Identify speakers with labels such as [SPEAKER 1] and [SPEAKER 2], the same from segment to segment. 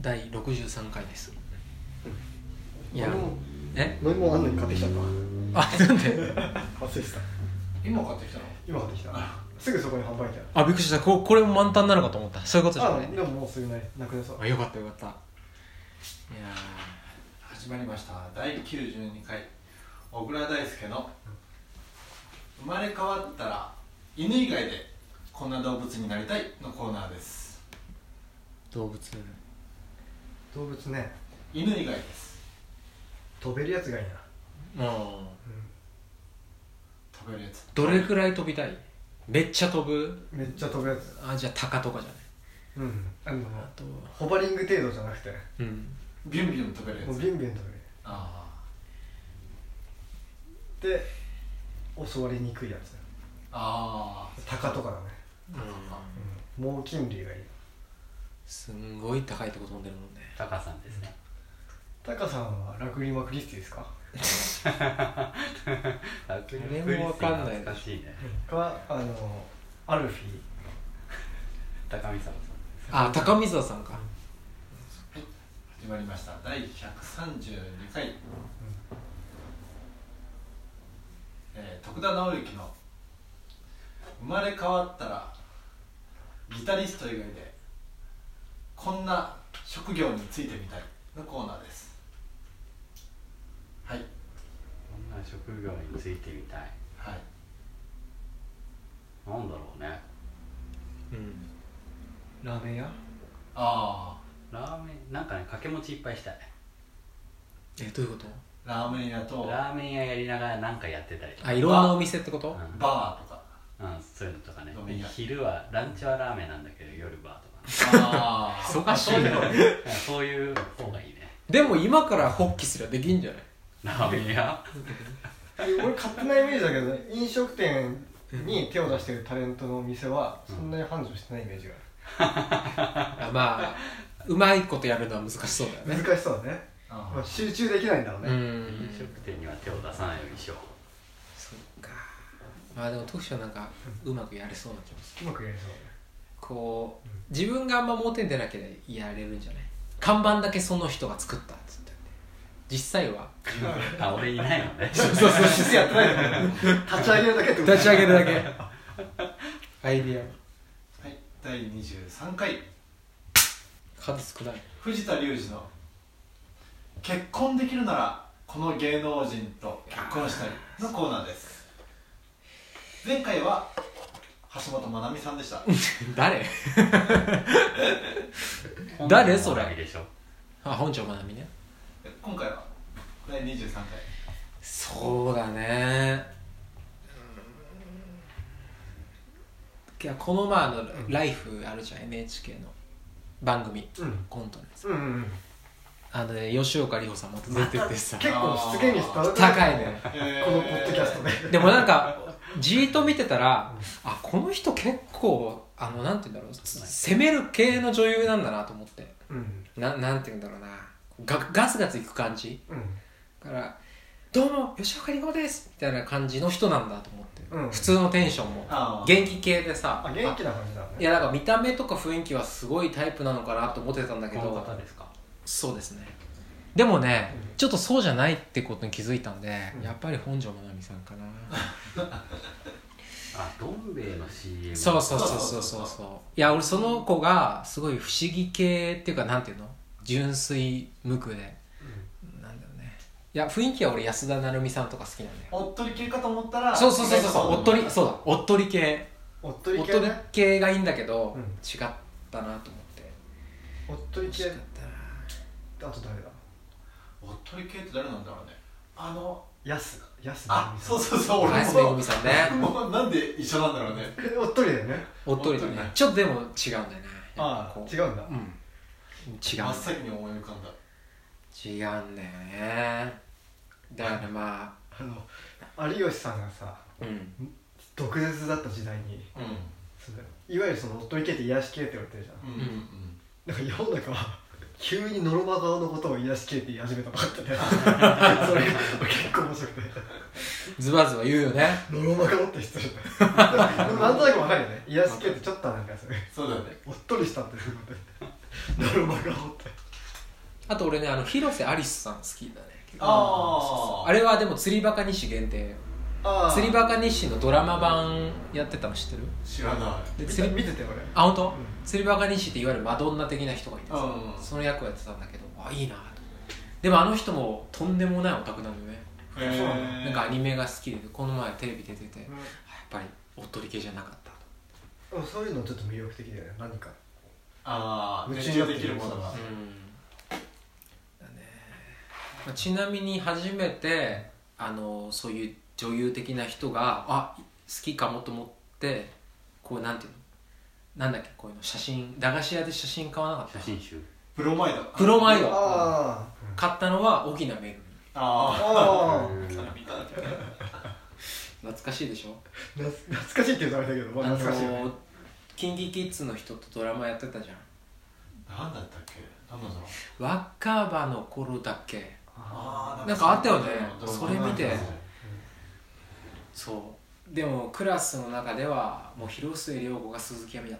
[SPEAKER 1] 第63回ですいや
[SPEAKER 2] 俺も
[SPEAKER 1] え
[SPEAKER 2] 飲み物あんのに買ってきちゃった
[SPEAKER 1] あなんで
[SPEAKER 2] 忘れてた
[SPEAKER 3] 今買ってきたの
[SPEAKER 2] 今買ってきたすぐそこに販売機ある
[SPEAKER 1] あびっくりしたここれも満タンなのかと思ったそういうことじゃ
[SPEAKER 2] あ
[SPEAKER 1] ない
[SPEAKER 2] でももうすぐねなくなりそう
[SPEAKER 1] あよかったよかったいや
[SPEAKER 3] 始まりました第92回小倉大輔の生まれ変わったら犬以外でこんな動物になりたいのコーナーです
[SPEAKER 1] ー動物
[SPEAKER 2] 動物ね
[SPEAKER 3] 犬以外です
[SPEAKER 2] 飛べるやつがいいな
[SPEAKER 1] あ
[SPEAKER 3] 食べるやつ
[SPEAKER 1] どれくらい飛びたいめっちゃ飛ぶ
[SPEAKER 2] めっちゃ飛ぶやつ
[SPEAKER 1] あじゃあ鷹とかじゃない
[SPEAKER 2] うんあの
[SPEAKER 1] あと
[SPEAKER 2] ホバリング程度じゃなくて
[SPEAKER 1] うん
[SPEAKER 3] ビュンビュン食べるや
[SPEAKER 2] もう
[SPEAKER 3] つ
[SPEAKER 2] ビュンビュン飛
[SPEAKER 3] あ
[SPEAKER 2] べるで襲われにくいやつ
[SPEAKER 3] あああ
[SPEAKER 2] 鷹とかだね、
[SPEAKER 1] うん
[SPEAKER 2] うん、猛禽類がいい
[SPEAKER 1] すんごい高いとこ飛んでるもんね
[SPEAKER 4] タカさんですね
[SPEAKER 2] 鷹さんはラクリマクリスティですか
[SPEAKER 4] ラクリルク
[SPEAKER 1] 俺
[SPEAKER 4] リス
[SPEAKER 1] もわかんない
[SPEAKER 4] 懐かしいね
[SPEAKER 2] かあのアルフィ
[SPEAKER 4] 高見沢さん
[SPEAKER 1] あ高見沢さんか
[SPEAKER 3] 始まりました第132回、えー徳田直之の「生まれ変わったらギタリスト以外でこんな職業についてみたい」のコーナーですはい
[SPEAKER 4] こんな職業についてみたい
[SPEAKER 3] はい
[SPEAKER 4] なんだろうね
[SPEAKER 1] うん
[SPEAKER 2] ラーメン屋
[SPEAKER 3] あ
[SPEAKER 4] ラーメンなんかね掛け持ちいっぱいしたい
[SPEAKER 1] えどういうこと
[SPEAKER 3] あラーメン屋とバ
[SPEAKER 4] ラーメン屋やりながらなんかやってたりとか
[SPEAKER 1] あいろんなお店ってこと
[SPEAKER 4] うん
[SPEAKER 3] ーとか
[SPEAKER 4] うん、そういうのとかね
[SPEAKER 3] 飲み屋
[SPEAKER 4] 昼はランチはラーメンなんだけど夜バー
[SPEAKER 3] あ あ
[SPEAKER 4] とか忙しいねそういう方がいいね
[SPEAKER 1] でも今からホッキすりゃできんじゃない
[SPEAKER 4] ラーメン屋
[SPEAKER 2] え俺勝手なイメージだけど飲食店に手を出してるタレントのお店はそんなに繁盛してないイメージが
[SPEAKER 1] あまあうまいことやるのは難しそうだ
[SPEAKER 2] あ
[SPEAKER 1] よ
[SPEAKER 2] る
[SPEAKER 1] ね
[SPEAKER 2] 難しそうだね
[SPEAKER 3] あ
[SPEAKER 2] まあ
[SPEAKER 3] ー
[SPEAKER 2] 集中できないんだろう
[SPEAKER 1] う
[SPEAKER 2] ね
[SPEAKER 4] 飲
[SPEAKER 1] ん
[SPEAKER 4] 食店には手を出さないようにしよう
[SPEAKER 1] そっかまあでも特殊はなんかうまくやれそうな気もする
[SPEAKER 2] うまくやりそう
[SPEAKER 1] こう自分があんま表に出なきゃやれるんじゃない看板だけその人が作ったっつって実際は
[SPEAKER 4] あ俺いないのね
[SPEAKER 2] そうそう実やってないと思う立ち上げるだけってこと
[SPEAKER 1] 立ち上げるだけ アイディア
[SPEAKER 3] はい第23回
[SPEAKER 1] 数少ない
[SPEAKER 3] 藤田龍二の結婚できるならこの芸能人と結婚したいのコーナーです前回は橋本まなみさんでした
[SPEAKER 1] 誰 誰それ
[SPEAKER 4] 本人の周りでしょ
[SPEAKER 1] あ本庁まなみね
[SPEAKER 3] 今回は第23回
[SPEAKER 1] そうだねいやこの前あの「ライフあるじゃん NHK の番組
[SPEAKER 2] うん
[SPEAKER 1] コントのやつ
[SPEAKER 2] うんうんうん
[SPEAKER 1] あのね吉岡里帆さんも出ててさ
[SPEAKER 2] 結構出現率高くない
[SPEAKER 1] 高いね
[SPEAKER 2] このポッドキャストで
[SPEAKER 1] でもなんかじーっと見てたらあこの人結構あのなんて言うんだろうつ攻める系の女優なんだなと思って
[SPEAKER 2] うん
[SPEAKER 1] ななんて言うんだろうなガガツガツいく感じ
[SPEAKER 2] うん
[SPEAKER 1] だから「どうも吉岡里帆です」みたいな感じの人なんだと思って、
[SPEAKER 2] うん
[SPEAKER 1] 普通のテンションも
[SPEAKER 3] あー
[SPEAKER 1] 元気系でさ
[SPEAKER 2] あ元気な感じだ
[SPEAKER 1] あい
[SPEAKER 2] ね
[SPEAKER 1] やなんか見た目とか雰囲気はすごいタイプなのかなと思ってたんだけ
[SPEAKER 4] この
[SPEAKER 1] ど
[SPEAKER 4] 方ですか
[SPEAKER 1] そうですねでもね、ちょっとそうじゃないってことに気づいたんで、
[SPEAKER 2] うん
[SPEAKER 1] やっぱり本庄まなみさんかな
[SPEAKER 4] あどん兵衛の CM
[SPEAKER 1] そうそうそうそうそうそういや俺その子がすごい不思議系っていうかなんていうの純粋無垢で、なんだろうねいや雰囲気は俺安田成美さんとか好きなんだよ
[SPEAKER 3] おっとり系かと思ったら
[SPEAKER 1] そうそうそうそうそうおっとりそう
[SPEAKER 3] う
[SPEAKER 1] だおっとり系
[SPEAKER 2] おっと
[SPEAKER 1] お
[SPEAKER 2] り
[SPEAKER 1] っと
[SPEAKER 2] 系
[SPEAKER 1] り
[SPEAKER 2] ね
[SPEAKER 1] 系がいいんだけど、
[SPEAKER 2] うん
[SPEAKER 1] 違ったなと思って
[SPEAKER 2] おっとり
[SPEAKER 1] 惜し
[SPEAKER 2] 系
[SPEAKER 1] かったな
[SPEAKER 2] あと誰だ
[SPEAKER 3] おっとり系って誰なんだろうねあの
[SPEAKER 2] やすやす
[SPEAKER 3] あそうそうそう
[SPEAKER 1] ナ
[SPEAKER 3] 俺
[SPEAKER 1] イス
[SPEAKER 3] も
[SPEAKER 1] めぐみさんね
[SPEAKER 3] もうなんで一緒なんだろうね
[SPEAKER 2] う おっとりだよね
[SPEAKER 1] おっとりだ
[SPEAKER 3] おっとり
[SPEAKER 1] ね
[SPEAKER 3] ね
[SPEAKER 1] ちょっとでも違うんだよね
[SPEAKER 2] ああ
[SPEAKER 1] こう
[SPEAKER 2] 違うんだ
[SPEAKER 1] うん違
[SPEAKER 3] 真
[SPEAKER 1] う
[SPEAKER 3] っ先に思い浮かんだ
[SPEAKER 1] 違うんだよねだからま
[SPEAKER 2] あの有吉さんがさ
[SPEAKER 1] あうん
[SPEAKER 2] 毒舌だった時代に
[SPEAKER 3] うん
[SPEAKER 2] そうだよいわゆるそのおっとり系って癒し系って言われてるじゃん
[SPEAKER 3] うんうんうん
[SPEAKER 2] なんか世の中は急にノロマ顔のことを癒し系って言い始めたばっかねそれが結構面白くて
[SPEAKER 1] ズバズバ言うよね
[SPEAKER 2] ノロマ顔って失礼だでもなんとなくわかるよね癒し系ってちょっとなんかそれ
[SPEAKER 3] そうだよね
[SPEAKER 2] おっとりしたってすごいノロマ顔って
[SPEAKER 1] あと俺ねあの広瀬アリスさん好きだね結構
[SPEAKER 3] あー
[SPEAKER 1] あれはでも釣りバカ日誌限定
[SPEAKER 2] あー
[SPEAKER 1] 釣りバカ日誌のドラマ版やってたの知ってる
[SPEAKER 3] 知らない
[SPEAKER 1] で
[SPEAKER 2] 見
[SPEAKER 1] 釣
[SPEAKER 2] て
[SPEAKER 1] り
[SPEAKER 2] 見てて俺
[SPEAKER 1] あ本当、
[SPEAKER 2] ん
[SPEAKER 1] 釣りバカ日誌っていわゆるマドンナ的な人がいてさ、
[SPEAKER 3] うん
[SPEAKER 1] その役をやってたんだけどあいいなとでもあの人もとんでもないオタクなのね、
[SPEAKER 3] へー
[SPEAKER 2] そうな
[SPEAKER 1] なんかアニメが好きでこの前テレビ出てて、
[SPEAKER 2] う
[SPEAKER 1] あや
[SPEAKER 2] ん
[SPEAKER 1] っぱりおっとり系じゃなかったと
[SPEAKER 2] でもそういうのちょっと魅力的だよね何か
[SPEAKER 3] ああ
[SPEAKER 2] 夢
[SPEAKER 3] 熱
[SPEAKER 2] 中にな
[SPEAKER 3] 中
[SPEAKER 2] って
[SPEAKER 3] で
[SPEAKER 2] る
[SPEAKER 3] きるもの
[SPEAKER 1] だ
[SPEAKER 3] が
[SPEAKER 1] ねまあちなみに初めてあのそういう女優的な人があ好きかもと思ってこうなんていうのなんだっけこういうの写真駄菓子屋で写真買わなかった
[SPEAKER 4] 写真集
[SPEAKER 3] プロマイド
[SPEAKER 1] プロマイド
[SPEAKER 2] あー
[SPEAKER 1] 買ったのは荻野恵美
[SPEAKER 3] あ
[SPEAKER 2] あ
[SPEAKER 4] うん
[SPEAKER 3] あ見たね
[SPEAKER 1] 懐かしいでしょ
[SPEAKER 2] ーな懐かしいって言うとあれだけど、まあ、懐かしいよね、
[SPEAKER 1] のキンキキッズの人とドラマやってたじゃん
[SPEAKER 3] 何だったっけ何だろう
[SPEAKER 1] 若葉の頃だっけ
[SPEAKER 3] あー
[SPEAKER 1] なんかあったよね
[SPEAKER 3] そう
[SPEAKER 1] それ見て
[SPEAKER 3] うん
[SPEAKER 1] そうでもクラスの中ではもう広末涼子が鈴木亜美だっ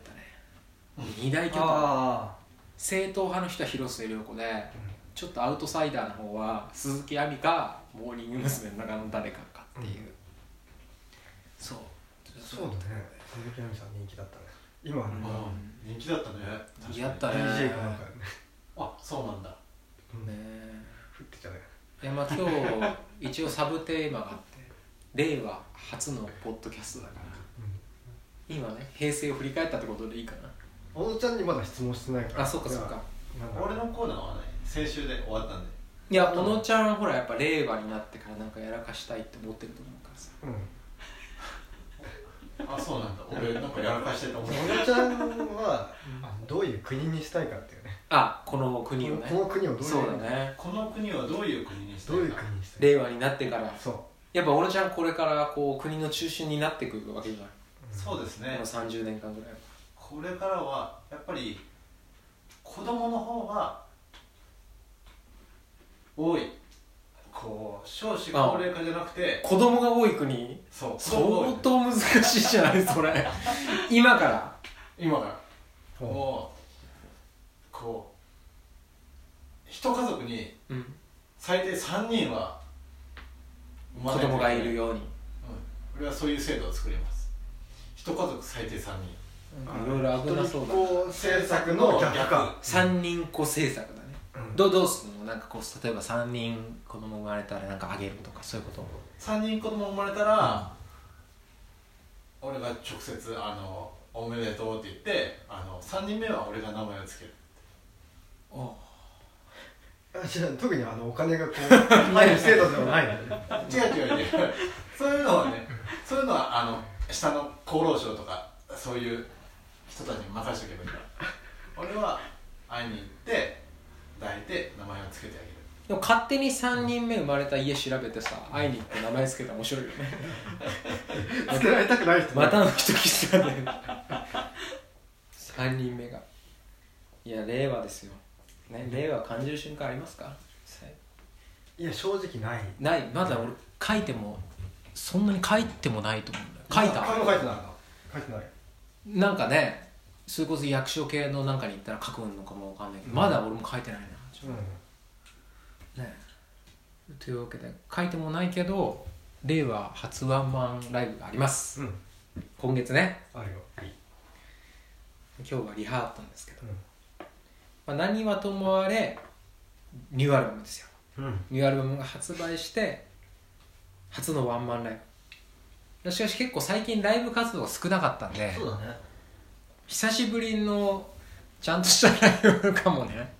[SPEAKER 1] たね二大巨頭
[SPEAKER 2] あ
[SPEAKER 1] 正統派の人は広末涼子で、ちょっとアウトサイダーの方は鈴木亜美かモーニング娘。の中の誰かかっていう、
[SPEAKER 2] うん
[SPEAKER 1] そう
[SPEAKER 2] あそうだね鈴木亜美さん人気だったね今はなんか
[SPEAKER 3] うん人気だったね
[SPEAKER 1] 似合ったね
[SPEAKER 2] DJ かなんかね
[SPEAKER 3] あそうなんだ
[SPEAKER 1] ね
[SPEAKER 2] 降ってきたね
[SPEAKER 1] いやまあ今日一応サブテーマがあって令和初のポッドキャストだから今ね平成を振り返ったってことでいいか
[SPEAKER 2] 小野ちゃんにまだ質問してないか
[SPEAKER 1] な
[SPEAKER 2] ら
[SPEAKER 1] あそっかそっか
[SPEAKER 2] なんだろう
[SPEAKER 3] 俺のコーナーはね先週で終わったんで
[SPEAKER 1] いや小野ちゃんほらやっぱ令和になってからなんかやらかしたいって思ってると思うからさ
[SPEAKER 2] うん
[SPEAKER 3] あそうなんだ俺なんかやらかしてた思っ
[SPEAKER 2] 小
[SPEAKER 3] て
[SPEAKER 2] 野ちゃんはあどういう国にしたいかっていうね
[SPEAKER 1] あこの国をね
[SPEAKER 2] この国をどういう
[SPEAKER 1] そうだね
[SPEAKER 3] この国はどういう国にした
[SPEAKER 2] ど
[SPEAKER 3] いうか
[SPEAKER 2] いう国にしたい
[SPEAKER 1] 令和になってから
[SPEAKER 2] そう
[SPEAKER 1] やっぱ小野ちゃんこれからこう国の中心になってくるわけじゃ
[SPEAKER 3] そうです
[SPEAKER 1] ない、
[SPEAKER 3] ね
[SPEAKER 1] この30年間ぐらいは
[SPEAKER 3] これからはやっぱり子供の方が多いこう少子高齢化じゃなくて
[SPEAKER 1] 子供が多い国
[SPEAKER 3] そう
[SPEAKER 1] 相
[SPEAKER 3] 多い
[SPEAKER 1] 当難しいじゃないそ れ今から
[SPEAKER 3] 今から
[SPEAKER 2] ほ
[SPEAKER 3] もうこう一家族に
[SPEAKER 1] うん
[SPEAKER 3] 最低3人は生ま
[SPEAKER 1] 子
[SPEAKER 3] ないと
[SPEAKER 1] 供がいる
[SPEAKER 3] うん、
[SPEAKER 1] ように
[SPEAKER 3] 俺はそういう制度を作ります一家族最低3人
[SPEAKER 2] う
[SPEAKER 1] いろいろ危なそうだ
[SPEAKER 2] 一人っ子政策の逆か
[SPEAKER 1] 3人子政策だね
[SPEAKER 2] うん
[SPEAKER 1] どうどうするのなんかこう例えば3人子供生まれたらなんかあげるとかそういうこと
[SPEAKER 3] 3人子供生まれたら、俺が直接あの「おめでとう」って言ってあの3人目は俺が名前をつける
[SPEAKER 1] お
[SPEAKER 2] あ知らん特にあのお金がこう入る制度ではないのね
[SPEAKER 3] 違う違う違う そういうのはねそういうのはあの下の厚労省とかそういう人たちに任せておけばいいから俺は会いに行って抱いて名前をつけてあげる
[SPEAKER 1] でも勝手に3人目生まれた家調べてさ会いに行って名前つけたら面 白いよね
[SPEAKER 2] つけられたくない人 ね
[SPEAKER 1] またの人来てたんだよ3人目がいや令和ですよ、ね、令和感じる瞬間ありますか
[SPEAKER 2] いや正直ない
[SPEAKER 1] ないまだ俺書いてもそんなに書いてもないと思うんだよ書いた
[SPEAKER 2] あ書いてないの書いてない
[SPEAKER 1] なんかねそれこそ役所系のなんかに行ったら書くのかもわかんないけど、まだ俺も書いてないなねというわけで書いてもないけど令和初ワンマンライブがあります
[SPEAKER 2] うんうん
[SPEAKER 1] 今月ね
[SPEAKER 2] あるよ
[SPEAKER 1] 今日はリハだったんですけど、
[SPEAKER 2] う
[SPEAKER 1] まあ、何はともあれニューアルバムですよ
[SPEAKER 2] んうん
[SPEAKER 1] ニューアルバムが発売して初のワンマンライブしかし結構最近ライブ活動が少なかったんで
[SPEAKER 2] そうだね
[SPEAKER 1] 久しぶりのちゃんとしたライブかもね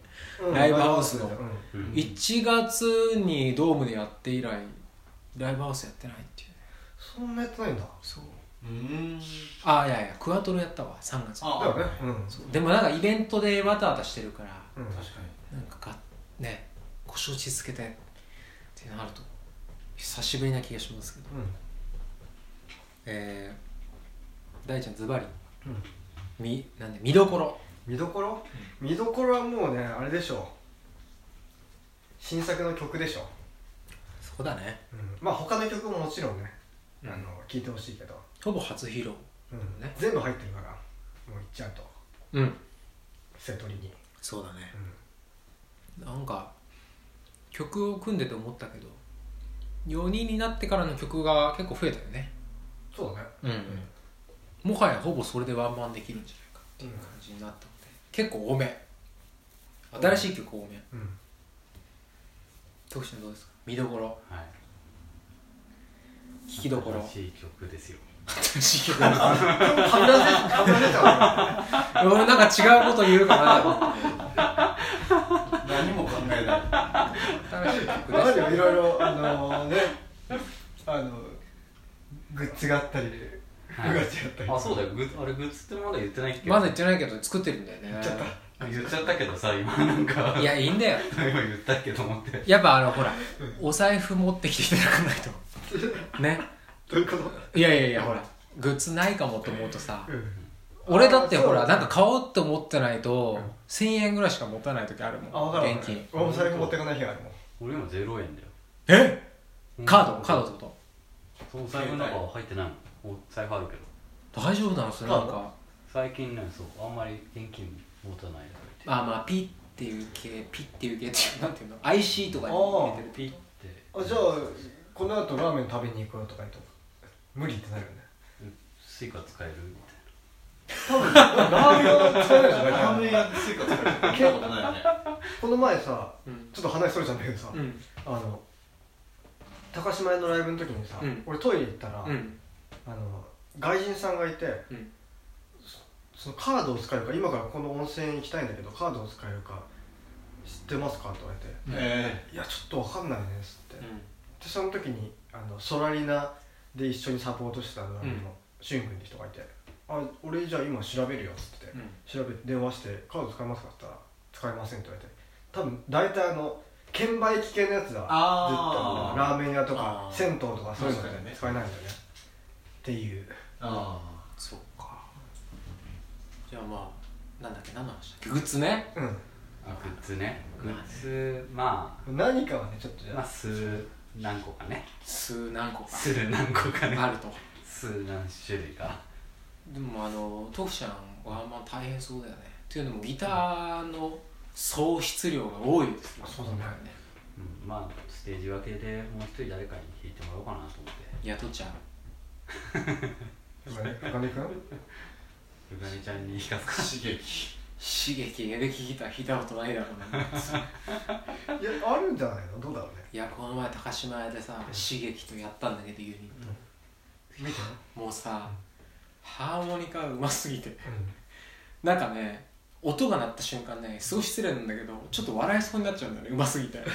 [SPEAKER 2] うん
[SPEAKER 1] ライブハウスの
[SPEAKER 2] ライブハウス
[SPEAKER 4] うん
[SPEAKER 1] 1月にドームでやって以来ライブハウスやってないっていうね
[SPEAKER 2] うんそんなやってないんだ
[SPEAKER 1] そう
[SPEAKER 3] うーん
[SPEAKER 1] あいやいやクワトロやったわ3月
[SPEAKER 3] あ
[SPEAKER 2] だよねうん
[SPEAKER 1] そうでもなんかイベントでわたわたしてるから
[SPEAKER 2] うん
[SPEAKER 3] 確かに
[SPEAKER 1] なんかがね腰落ち着けてってなると久しぶりな気がしますけど
[SPEAKER 2] う
[SPEAKER 1] えー、大ちゃんズバリ
[SPEAKER 2] んうん
[SPEAKER 1] みなんで見どころ
[SPEAKER 2] 見どころ見どころはもうねあれでしょ新作の曲でしょ、
[SPEAKER 1] そこだね
[SPEAKER 2] まあ他の曲ももちろんね
[SPEAKER 1] う
[SPEAKER 2] 聴、
[SPEAKER 1] ん
[SPEAKER 2] あの聞いてほしいけど、
[SPEAKER 1] ほぼ初披露
[SPEAKER 2] うん
[SPEAKER 1] ね
[SPEAKER 2] 全部入ってるからもういっちゃうと
[SPEAKER 1] うん
[SPEAKER 2] 瀬取りに、
[SPEAKER 1] そうだね
[SPEAKER 2] うん
[SPEAKER 1] なんか曲を組んでて思ったけど4人になってからの曲が結構増えたよね
[SPEAKER 2] そうだね
[SPEAKER 1] うん、もはやほぼそれでワンマンできるんじゃないかっていう感じになったので、結構多め新しい曲多め
[SPEAKER 2] うん
[SPEAKER 1] 徳島どうですか見どころ
[SPEAKER 4] はい
[SPEAKER 1] 聴きどころ
[SPEAKER 4] 新しい曲ですよ
[SPEAKER 1] 新しい 曲です
[SPEAKER 2] かぶらせかぶらせちゃうね
[SPEAKER 1] 俺なんか違うこと言うかなと思って
[SPEAKER 3] 何も考 えない
[SPEAKER 1] 新しい曲で
[SPEAKER 2] まあ
[SPEAKER 1] す
[SPEAKER 2] でもいろいろあのねあのグッズがあったり服が違ったり
[SPEAKER 4] あそうだよグッズあれグッズってまだ言ってないっけ
[SPEAKER 1] まだ言ってないけど作ってるんだよね
[SPEAKER 4] 言っちゃったけどさ今なんか
[SPEAKER 1] いやいいんだよ
[SPEAKER 4] 今言ったっけと思って
[SPEAKER 1] やっぱあのほらお財布持ってきていただかない とね
[SPEAKER 2] どういうこと
[SPEAKER 1] いやいやいやほらグッズないかもと思うとさ
[SPEAKER 2] うん
[SPEAKER 1] 俺だってほ
[SPEAKER 2] あ
[SPEAKER 1] ら
[SPEAKER 2] そう
[SPEAKER 1] なんか買おうと思ってないと1000円ぐらいしか持たない時ある
[SPEAKER 2] あ
[SPEAKER 1] もん
[SPEAKER 2] 分からん
[SPEAKER 1] 現金
[SPEAKER 2] 俺も財布持ってかない日あるもん
[SPEAKER 4] 俺今0円だよ
[SPEAKER 1] えカードカードってこ
[SPEAKER 4] そうお財布の中は入ってないもんお財布あるけど
[SPEAKER 1] と大丈夫なのそれなんか
[SPEAKER 4] 最近ねそうあんまり現金持たないで
[SPEAKER 1] あまあピッっていう系ピッっていう系っていうなんていうの IC とかに入れてるピ
[SPEAKER 4] ピ
[SPEAKER 1] ッ
[SPEAKER 4] ッて
[SPEAKER 2] あじゃあこの後ラーメン食べに行こうとか言うと無理ってなるよね
[SPEAKER 4] スイカ使えるみたいな
[SPEAKER 2] 多分ラーメンは使えないじゃない
[SPEAKER 3] ラーメン屋でスイカ使える見たことないよね
[SPEAKER 2] この前さ
[SPEAKER 1] うん
[SPEAKER 2] ちょっと話それちゃうんだけどさ、
[SPEAKER 1] うん
[SPEAKER 2] あの高島屋のライブの時にさ、
[SPEAKER 1] うん
[SPEAKER 2] 俺トイレ行ったら、
[SPEAKER 1] うん
[SPEAKER 2] あの外人さんがいて、
[SPEAKER 1] うん
[SPEAKER 2] そそのカードを使えるか今からこの温泉行きたいんだけどカードを使えるか知ってますかって言われて
[SPEAKER 1] うん
[SPEAKER 3] え
[SPEAKER 2] 「いやちょっとわかんないです」って、でその時にあのソラリナで一緒にサポートしてたドラムのシュン君って人がいて「あ俺じゃあ今調べるよ」っつってて
[SPEAKER 1] うん
[SPEAKER 2] 調べて電話して「カード使えますか?」って言ったら「使えません」って言われて多分大体あの券売機系のやつだ絶
[SPEAKER 3] あー
[SPEAKER 2] 対ラーメン屋とか
[SPEAKER 3] あー
[SPEAKER 2] 銭湯とかそういうの
[SPEAKER 3] 確かに
[SPEAKER 2] で
[SPEAKER 3] ね
[SPEAKER 2] 使えないんだよねっていう
[SPEAKER 3] ー、あ
[SPEAKER 1] そうかじゃあまあなんだっけ何の話だっけグッズね
[SPEAKER 2] う
[SPEAKER 4] あグッズねグッズま
[SPEAKER 2] ん何かはねちょっと
[SPEAKER 4] あ
[SPEAKER 2] じゃ
[SPEAKER 4] まあ
[SPEAKER 2] あ
[SPEAKER 4] 数何個かね
[SPEAKER 1] 数何個か
[SPEAKER 4] 数何個かね
[SPEAKER 1] あると
[SPEAKER 4] 数何種類か
[SPEAKER 1] でもあのトフちゃんはまあ大変そうだよねっていうのもギターの喪失量が多いですよ
[SPEAKER 2] そうだね
[SPEAKER 4] うんまあステージ分けでもう一人誰かに弾いてもらおうかなと思って
[SPEAKER 1] 雇っちゃう
[SPEAKER 2] お金お金くん
[SPEAKER 4] ゆかねちゃんに弾か
[SPEAKER 3] あ
[SPEAKER 4] すか
[SPEAKER 3] 刺激
[SPEAKER 1] 刺激エレキギター弾いたことないだろう な
[SPEAKER 2] いやあるんじゃないのどうだろうね
[SPEAKER 1] いやこの前高島屋でさ刺激とやったんだけどユニット、
[SPEAKER 2] 見て
[SPEAKER 1] もうさ、ハーモニカがうますぎて
[SPEAKER 2] う
[SPEAKER 1] なんかね音が鳴った瞬間ねすごい失礼なんだけどちょっと笑いそうになっちゃうんだよねうますぎて
[SPEAKER 2] んう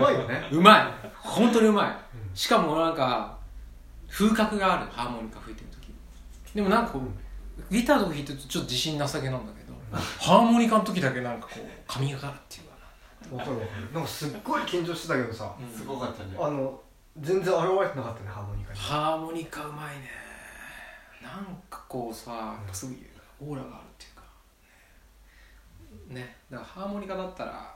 [SPEAKER 2] まいよね
[SPEAKER 1] うまい本当にうまい、
[SPEAKER 2] うん
[SPEAKER 1] しかもなんか風格があるハーモニカ吹いてる時でもなんかこう、ギターとか弾いてるとちょっと自信なさげなんだけど、 ハーモニカの時だけなんかこう神がかるっていうか
[SPEAKER 2] わかるわかるなんかすっごい緊張してたけどさ
[SPEAKER 1] な、うん
[SPEAKER 3] すごかったね
[SPEAKER 2] あの全然現れてなかったねハーモニカに
[SPEAKER 1] ハーモニカうまいねなんかこうさやっぱすごいオーラがあるっていうかねねだからハーモニカだったら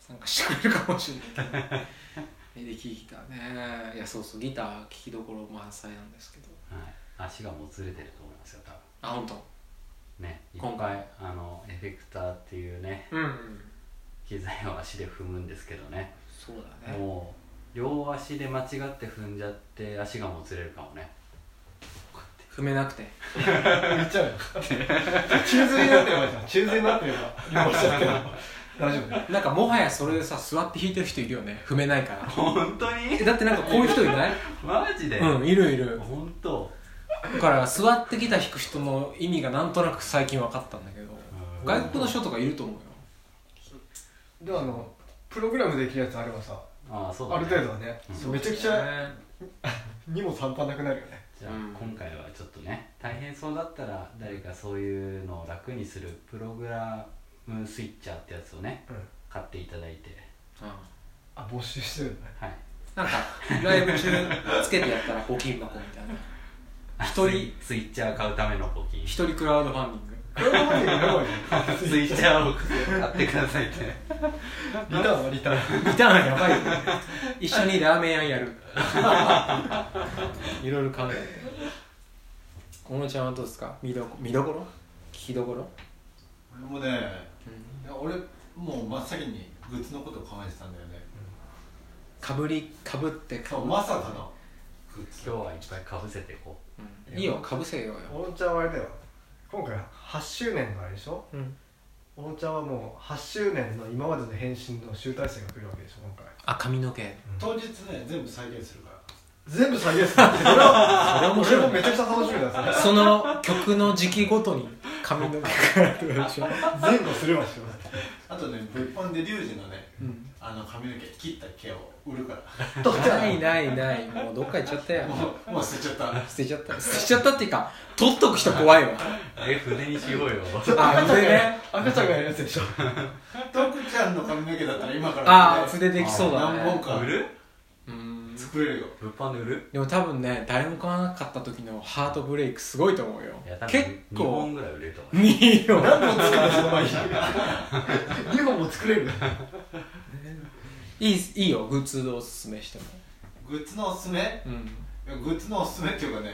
[SPEAKER 1] 参加してくれるかもしれないけど エレキギターねいやそうそうギター聴きどころ満載なんですけど
[SPEAKER 4] はい足がもうずれてると思いますよ多
[SPEAKER 1] あ本当
[SPEAKER 4] 分ねいっ
[SPEAKER 1] 今
[SPEAKER 4] ぱいあのエフェクターっていうね
[SPEAKER 1] うん、
[SPEAKER 4] 機材を足で踏むんですけどね
[SPEAKER 1] そうだね
[SPEAKER 4] もう両足で間違って踏んじゃって足がもつれるかもね
[SPEAKER 1] 踏めなくて
[SPEAKER 2] 言っちゃう よ宙吊りになってればいいじゃん宙吊りになって れば両足だけど大丈夫ね
[SPEAKER 1] なんかもはやそれでさ座って弾いてる人いるよね踏めないから
[SPEAKER 4] 本当
[SPEAKER 1] え
[SPEAKER 4] に
[SPEAKER 1] だってなんかこういう人いない
[SPEAKER 4] マジで、
[SPEAKER 1] うんいるいる
[SPEAKER 4] 本当
[SPEAKER 1] だから座ってギター弾く人の意味がなんとなく最近分かったんだけど
[SPEAKER 4] うん
[SPEAKER 1] 外国の人とかいると思うよ
[SPEAKER 2] でもあのプログラムできるやつあればさ
[SPEAKER 4] ああそうだ、
[SPEAKER 2] あ
[SPEAKER 4] ね、
[SPEAKER 2] る程度はね
[SPEAKER 4] うん
[SPEAKER 2] めちゃくちゃ
[SPEAKER 1] ね
[SPEAKER 2] 荷物半端なくなるよね
[SPEAKER 4] じゃあ、
[SPEAKER 1] うん
[SPEAKER 4] 今回はちょっとね大変そうだったら誰かそういうのを楽にするプログラムスイッチャーってやつをね
[SPEAKER 2] うん
[SPEAKER 4] 買っていただいて
[SPEAKER 1] うん
[SPEAKER 2] あ募集してるんだね
[SPEAKER 4] はい
[SPEAKER 1] なんかライブ中つけてやったら募金箱みたいな一人
[SPEAKER 4] スイッチャー買うための募金
[SPEAKER 1] 一人クラウドファンディング
[SPEAKER 2] これもまでやろうよ
[SPEAKER 4] スイッチャーを買ってください って
[SPEAKER 2] リターンはリ ターン
[SPEAKER 1] ギターやばいよね 一緒にラーメン屋やる いろいろ考えて小野ちゃんはどうですか見どこ見どころ聞きどころ
[SPEAKER 3] 俺もねいや俺もう真っ先にグッズのことを考えてたんだよね
[SPEAKER 1] かぶりかぶってか
[SPEAKER 3] そう
[SPEAKER 1] ぶ
[SPEAKER 3] まさかのグッズ
[SPEAKER 4] 今日はいっぱいかぶせていこ
[SPEAKER 1] うんいいよかぶせようよ、
[SPEAKER 2] 小野ちゃんはあれだよ今回8周年のあれでしょ
[SPEAKER 1] うん、
[SPEAKER 2] 小野ちゃんはもう8周年の今までの変身の集大成が来るわけでしょ今回
[SPEAKER 1] あ髪の毛
[SPEAKER 3] 当日ね全部再現するから
[SPEAKER 2] 全部再現するってそれは
[SPEAKER 1] それは面
[SPEAKER 2] 俺
[SPEAKER 1] 白いね
[SPEAKER 2] もめちゃくちゃ楽しみだよ
[SPEAKER 1] その曲の時期ごとに髪の毛からってことでしょ、
[SPEAKER 2] それ前後するわしよ
[SPEAKER 3] あとね物販でリュウジのね
[SPEAKER 1] うん、
[SPEAKER 3] あの髪の毛切った毛を売る から
[SPEAKER 1] ないないないもうどっか行っちゃったよ
[SPEAKER 3] もうもう捨てちゃった
[SPEAKER 1] 捨てちゃった捨てちゃったっていうか取っとく人怖いわ
[SPEAKER 4] うえ筆にしようよ
[SPEAKER 1] あ筆ね
[SPEAKER 2] 赤ちゃんがやるやつでしょ
[SPEAKER 3] 徳ちゃんの髪の毛だったら今から
[SPEAKER 1] ああ
[SPEAKER 3] ね
[SPEAKER 1] 筆できそうだね
[SPEAKER 3] 何本か
[SPEAKER 4] 売る
[SPEAKER 1] うん
[SPEAKER 3] 作れるよ
[SPEAKER 4] 物販で売る
[SPEAKER 1] でも多分ね誰も買わなかった時のハートブレイクすごいと思うよ
[SPEAKER 4] いや多分
[SPEAKER 1] 結
[SPEAKER 4] 2
[SPEAKER 1] 構
[SPEAKER 4] 本ぐらい売れると 思う
[SPEAKER 1] 2よ
[SPEAKER 2] 何本作るその前に2本も作れる
[SPEAKER 1] いいいいよグッズをおすすめしても
[SPEAKER 3] グッズのおすすめいや
[SPEAKER 1] うん、
[SPEAKER 3] グッズのおすすめっていうかね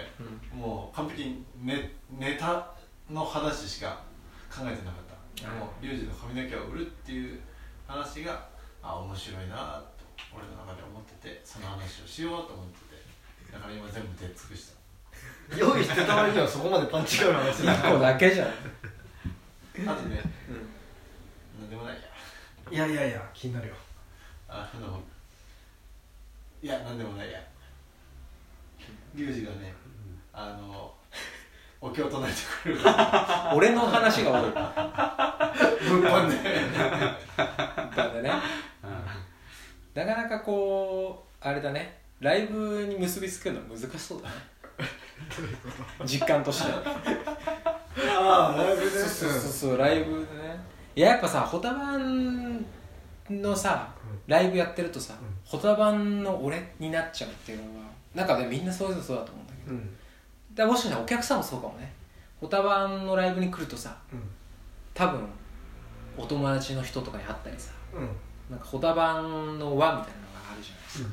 [SPEAKER 1] うん、
[SPEAKER 3] もう完璧にネネタの話しか考えてなかったもうリュウジの髪の毛を売るっていう話があ面白いなと俺の中で思っててその話をしようと思っててだから今全部出尽くした
[SPEAKER 2] 用意してた割にはそこまでパンチがある話だ
[SPEAKER 1] 1個だけじゃん
[SPEAKER 3] あとね、なんでもないや
[SPEAKER 2] いやいやいや気になるよ
[SPEAKER 3] あのいやなんでもないやリュウジがねあのお経を唱えてくれる
[SPEAKER 1] 俺の話が悪い
[SPEAKER 3] 物販で
[SPEAKER 1] なんでねなかなかこうあれだねライブに結びつけるのは難しそう だね実感として
[SPEAKER 2] ああライブで
[SPEAKER 1] そうそうそうそうライブでねいややっぱさホタバンのさ
[SPEAKER 2] うん
[SPEAKER 1] ライブやってるとさ、
[SPEAKER 2] うん
[SPEAKER 1] ホタバンの俺になっちゃうっていうのはなんかねみんなそれぞれそうだと思うんだけど、
[SPEAKER 2] うん
[SPEAKER 1] だからもしかしたらお客さんもそうかもねホタバンのライブに来るとさ
[SPEAKER 2] う
[SPEAKER 1] 多分お友達の人とかに会ったりさ
[SPEAKER 2] んうん
[SPEAKER 1] なんかホタバンの輪みたいなのがあるじゃない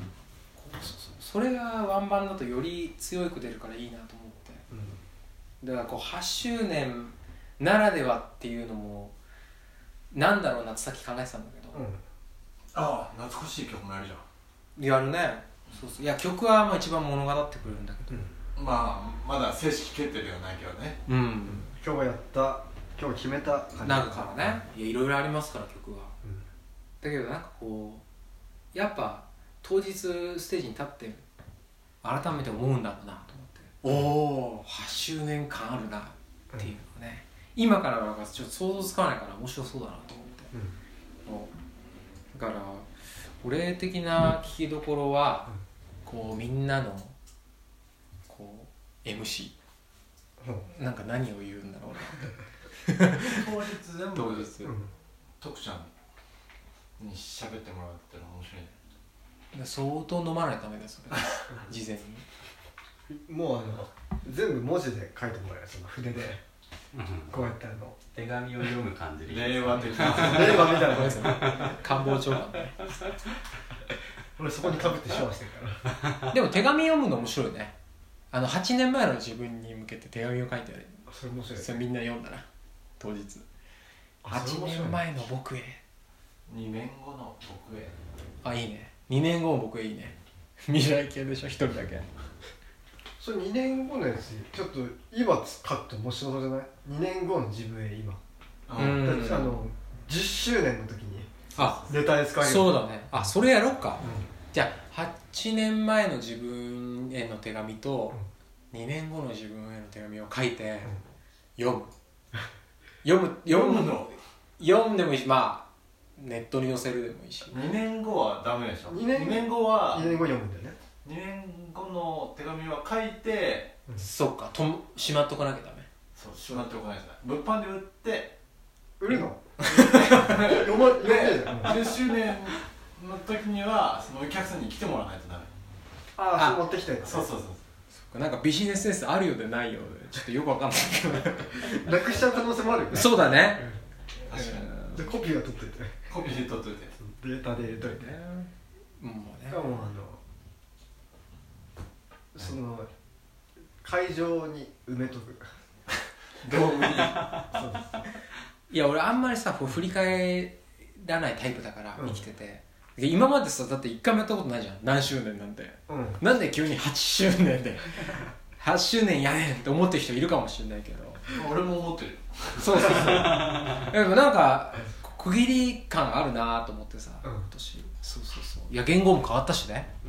[SPEAKER 1] ですか、それがワンバンだとより強く出るからいいなと思ってだからこう8周年ならではっていうのもなんだろうなってさっき考えてたんだけど、
[SPEAKER 3] ああ懐かしい曲もあるじゃ
[SPEAKER 1] やるねそうそういや曲はまあ一番物語ってくれるんだけど
[SPEAKER 3] んまあまだ正式決定ではないけどね
[SPEAKER 1] うん
[SPEAKER 2] 今日やった今日決めた感じ
[SPEAKER 1] なんかからねいやいろいろありますから曲は
[SPEAKER 2] うん
[SPEAKER 1] だけどなんかこうやっぱ当日ステージに立って改めて思うんだろうなと思っておお8周年感あるなっていうのね、今からはちょっと想像つかないから面白そうだなと思って
[SPEAKER 2] うん
[SPEAKER 1] もうだから俺的な聞きどころは、こうみんなのこう MC なんか何を言うんだろうな
[SPEAKER 3] 当日全
[SPEAKER 1] 当
[SPEAKER 3] 部
[SPEAKER 1] 日、
[SPEAKER 3] 徳ちゃんに喋ってもらうってのは面白い
[SPEAKER 1] 相
[SPEAKER 3] ね
[SPEAKER 1] 当飲まないとダメです ね事前に
[SPEAKER 2] うんもうあの全部文字で書いてもらえるその筆で
[SPEAKER 4] うん
[SPEAKER 2] こうやってあの
[SPEAKER 4] 手紙を読む感じでいい
[SPEAKER 3] 令和的な
[SPEAKER 2] 令和みたいな
[SPEAKER 1] ごめん
[SPEAKER 2] の
[SPEAKER 1] なさい官房長官ね
[SPEAKER 2] 俺そこにかぶって手話してるから
[SPEAKER 1] でも手紙読むの面白いねあの8年前の自分に向けて手紙を書いてある
[SPEAKER 2] それ面白い
[SPEAKER 1] それみんな読んだな当日
[SPEAKER 2] あそ
[SPEAKER 1] 8
[SPEAKER 2] れ面白い
[SPEAKER 1] 年前の僕へ
[SPEAKER 3] 2年後の僕へ
[SPEAKER 1] あいいね2年後の僕へいいね 未来系でしょ1人だけ
[SPEAKER 2] それ2年後のやつちょっと今使って面白そうじゃない2年後の自分へ今、
[SPEAKER 1] うん
[SPEAKER 2] だってあの10周年の時に
[SPEAKER 1] あ
[SPEAKER 2] レターで使える
[SPEAKER 1] そう
[SPEAKER 2] う
[SPEAKER 1] だねあそれやろうか、じゃあ8年前の自分への手紙と2年後の自分への手紙を書いて読む読む
[SPEAKER 3] 読むの
[SPEAKER 1] 読んでもいいしまあネットに載せるでもいいし
[SPEAKER 3] 2年後はダメでしょ
[SPEAKER 2] 二年
[SPEAKER 3] 二後は
[SPEAKER 2] 2年後に読むんだよね
[SPEAKER 3] 2年後の手紙は書いて
[SPEAKER 1] そっかともしまっとかなきゃダメ
[SPEAKER 3] そうしまっておかないじゃない物販で売って
[SPEAKER 2] 売るの読ま読めないじゃん、あ
[SPEAKER 3] 10周年の時にはそのお客さんに来てもらわないとダメ
[SPEAKER 2] あそれ持ってきて
[SPEAKER 3] そうそうそう
[SPEAKER 1] そっかなんかビジネスセンスあるようでないようでちょっとよくわかんないけ
[SPEAKER 2] なくしちゃう可能性もあるよ
[SPEAKER 1] ど
[SPEAKER 2] ね
[SPEAKER 1] そうだね
[SPEAKER 3] 確かに
[SPEAKER 2] でコピーは取っといて
[SPEAKER 3] コピーで取っといて
[SPEAKER 2] データで入れといて
[SPEAKER 1] うんもう
[SPEAKER 2] し
[SPEAKER 1] ね
[SPEAKER 2] かもあのその会場に埋めとく
[SPEAKER 3] 道具に
[SPEAKER 2] そう
[SPEAKER 1] いや俺あんまりさこう振り返らないタイプだから
[SPEAKER 2] うん
[SPEAKER 1] 生きてて、で今までさだって一回もやったことないじゃん何周年なんて
[SPEAKER 2] うん
[SPEAKER 1] なんで急に8周年で8周年やねんって思ってる人いるかもしれないけど
[SPEAKER 3] 俺も思ってるよ
[SPEAKER 1] そうそうそうでも なんか区切り感あるなと思ってさ、
[SPEAKER 2] うん
[SPEAKER 1] 今年そうそうそういや言語も変わったしね
[SPEAKER 2] う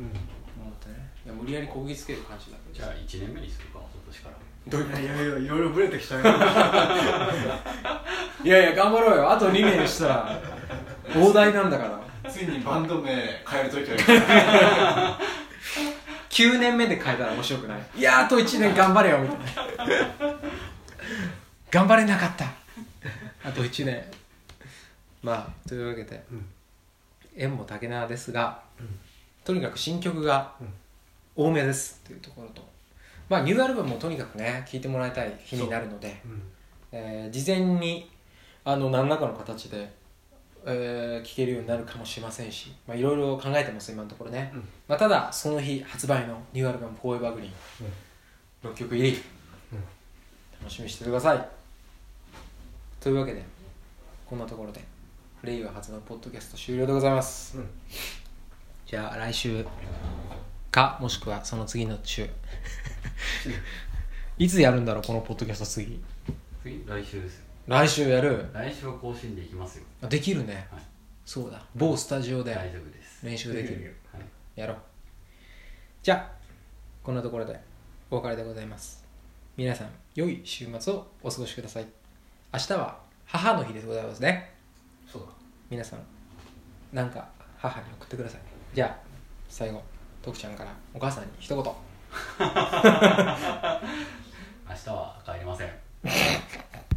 [SPEAKER 1] 思ってねいや無理やりこぎつける感じだけ
[SPEAKER 4] じ
[SPEAKER 1] ど
[SPEAKER 4] ゃあ1年目にするか今年から
[SPEAKER 1] どういうん
[SPEAKER 2] いやいやいやいろいろブレてきちゃう
[SPEAKER 1] い
[SPEAKER 2] よ
[SPEAKER 1] やいや頑張ろうよあと2年したら膨大なんだから
[SPEAKER 3] ついにバンド名変える時が来た
[SPEAKER 1] 9年目で変えたら面白くないいやーあと1年頑張れよみたいな頑張れなかったあと1年まあというわけで、
[SPEAKER 2] うん
[SPEAKER 1] 縁も竹縄ですが、とにかく新曲が多めですっていうところとまあニューアルバムもとにかくね聴いてもらいたい日になるので、
[SPEAKER 2] うん
[SPEAKER 1] えー事前にあの何らかの形で、えー聴けるようになるかもしれませんしまあいろいろ考えてます今のところね、
[SPEAKER 2] うん
[SPEAKER 1] まあ、ただその日発売のニューアルバム「フォーエバーグリーン」6曲入り、
[SPEAKER 2] うん
[SPEAKER 1] 楽しみにしててくださいというわけでこんなところでレイが初のポッドキャスト終了でございます
[SPEAKER 2] うん
[SPEAKER 1] じゃあ来週かもしくはその次の 週いつやるんだろうこのポッドキャスト次
[SPEAKER 4] 次来週ですよ
[SPEAKER 1] 来週やる
[SPEAKER 4] 来週は更新できますよ
[SPEAKER 1] あできるね、
[SPEAKER 4] はい
[SPEAKER 1] そうだ某スタジオ
[SPEAKER 4] 大
[SPEAKER 1] で
[SPEAKER 4] 丈夫です
[SPEAKER 1] 練習できる
[SPEAKER 4] はい
[SPEAKER 1] やろうじゃあこんなところでお別れでございます皆さん良い週末をお過ごしください明日は母の日でございますね
[SPEAKER 2] そうだ
[SPEAKER 1] 皆さんなんか母に送ってくださいじゃあ最後徳ちゃんからお母さんに一言
[SPEAKER 4] 明日は帰りません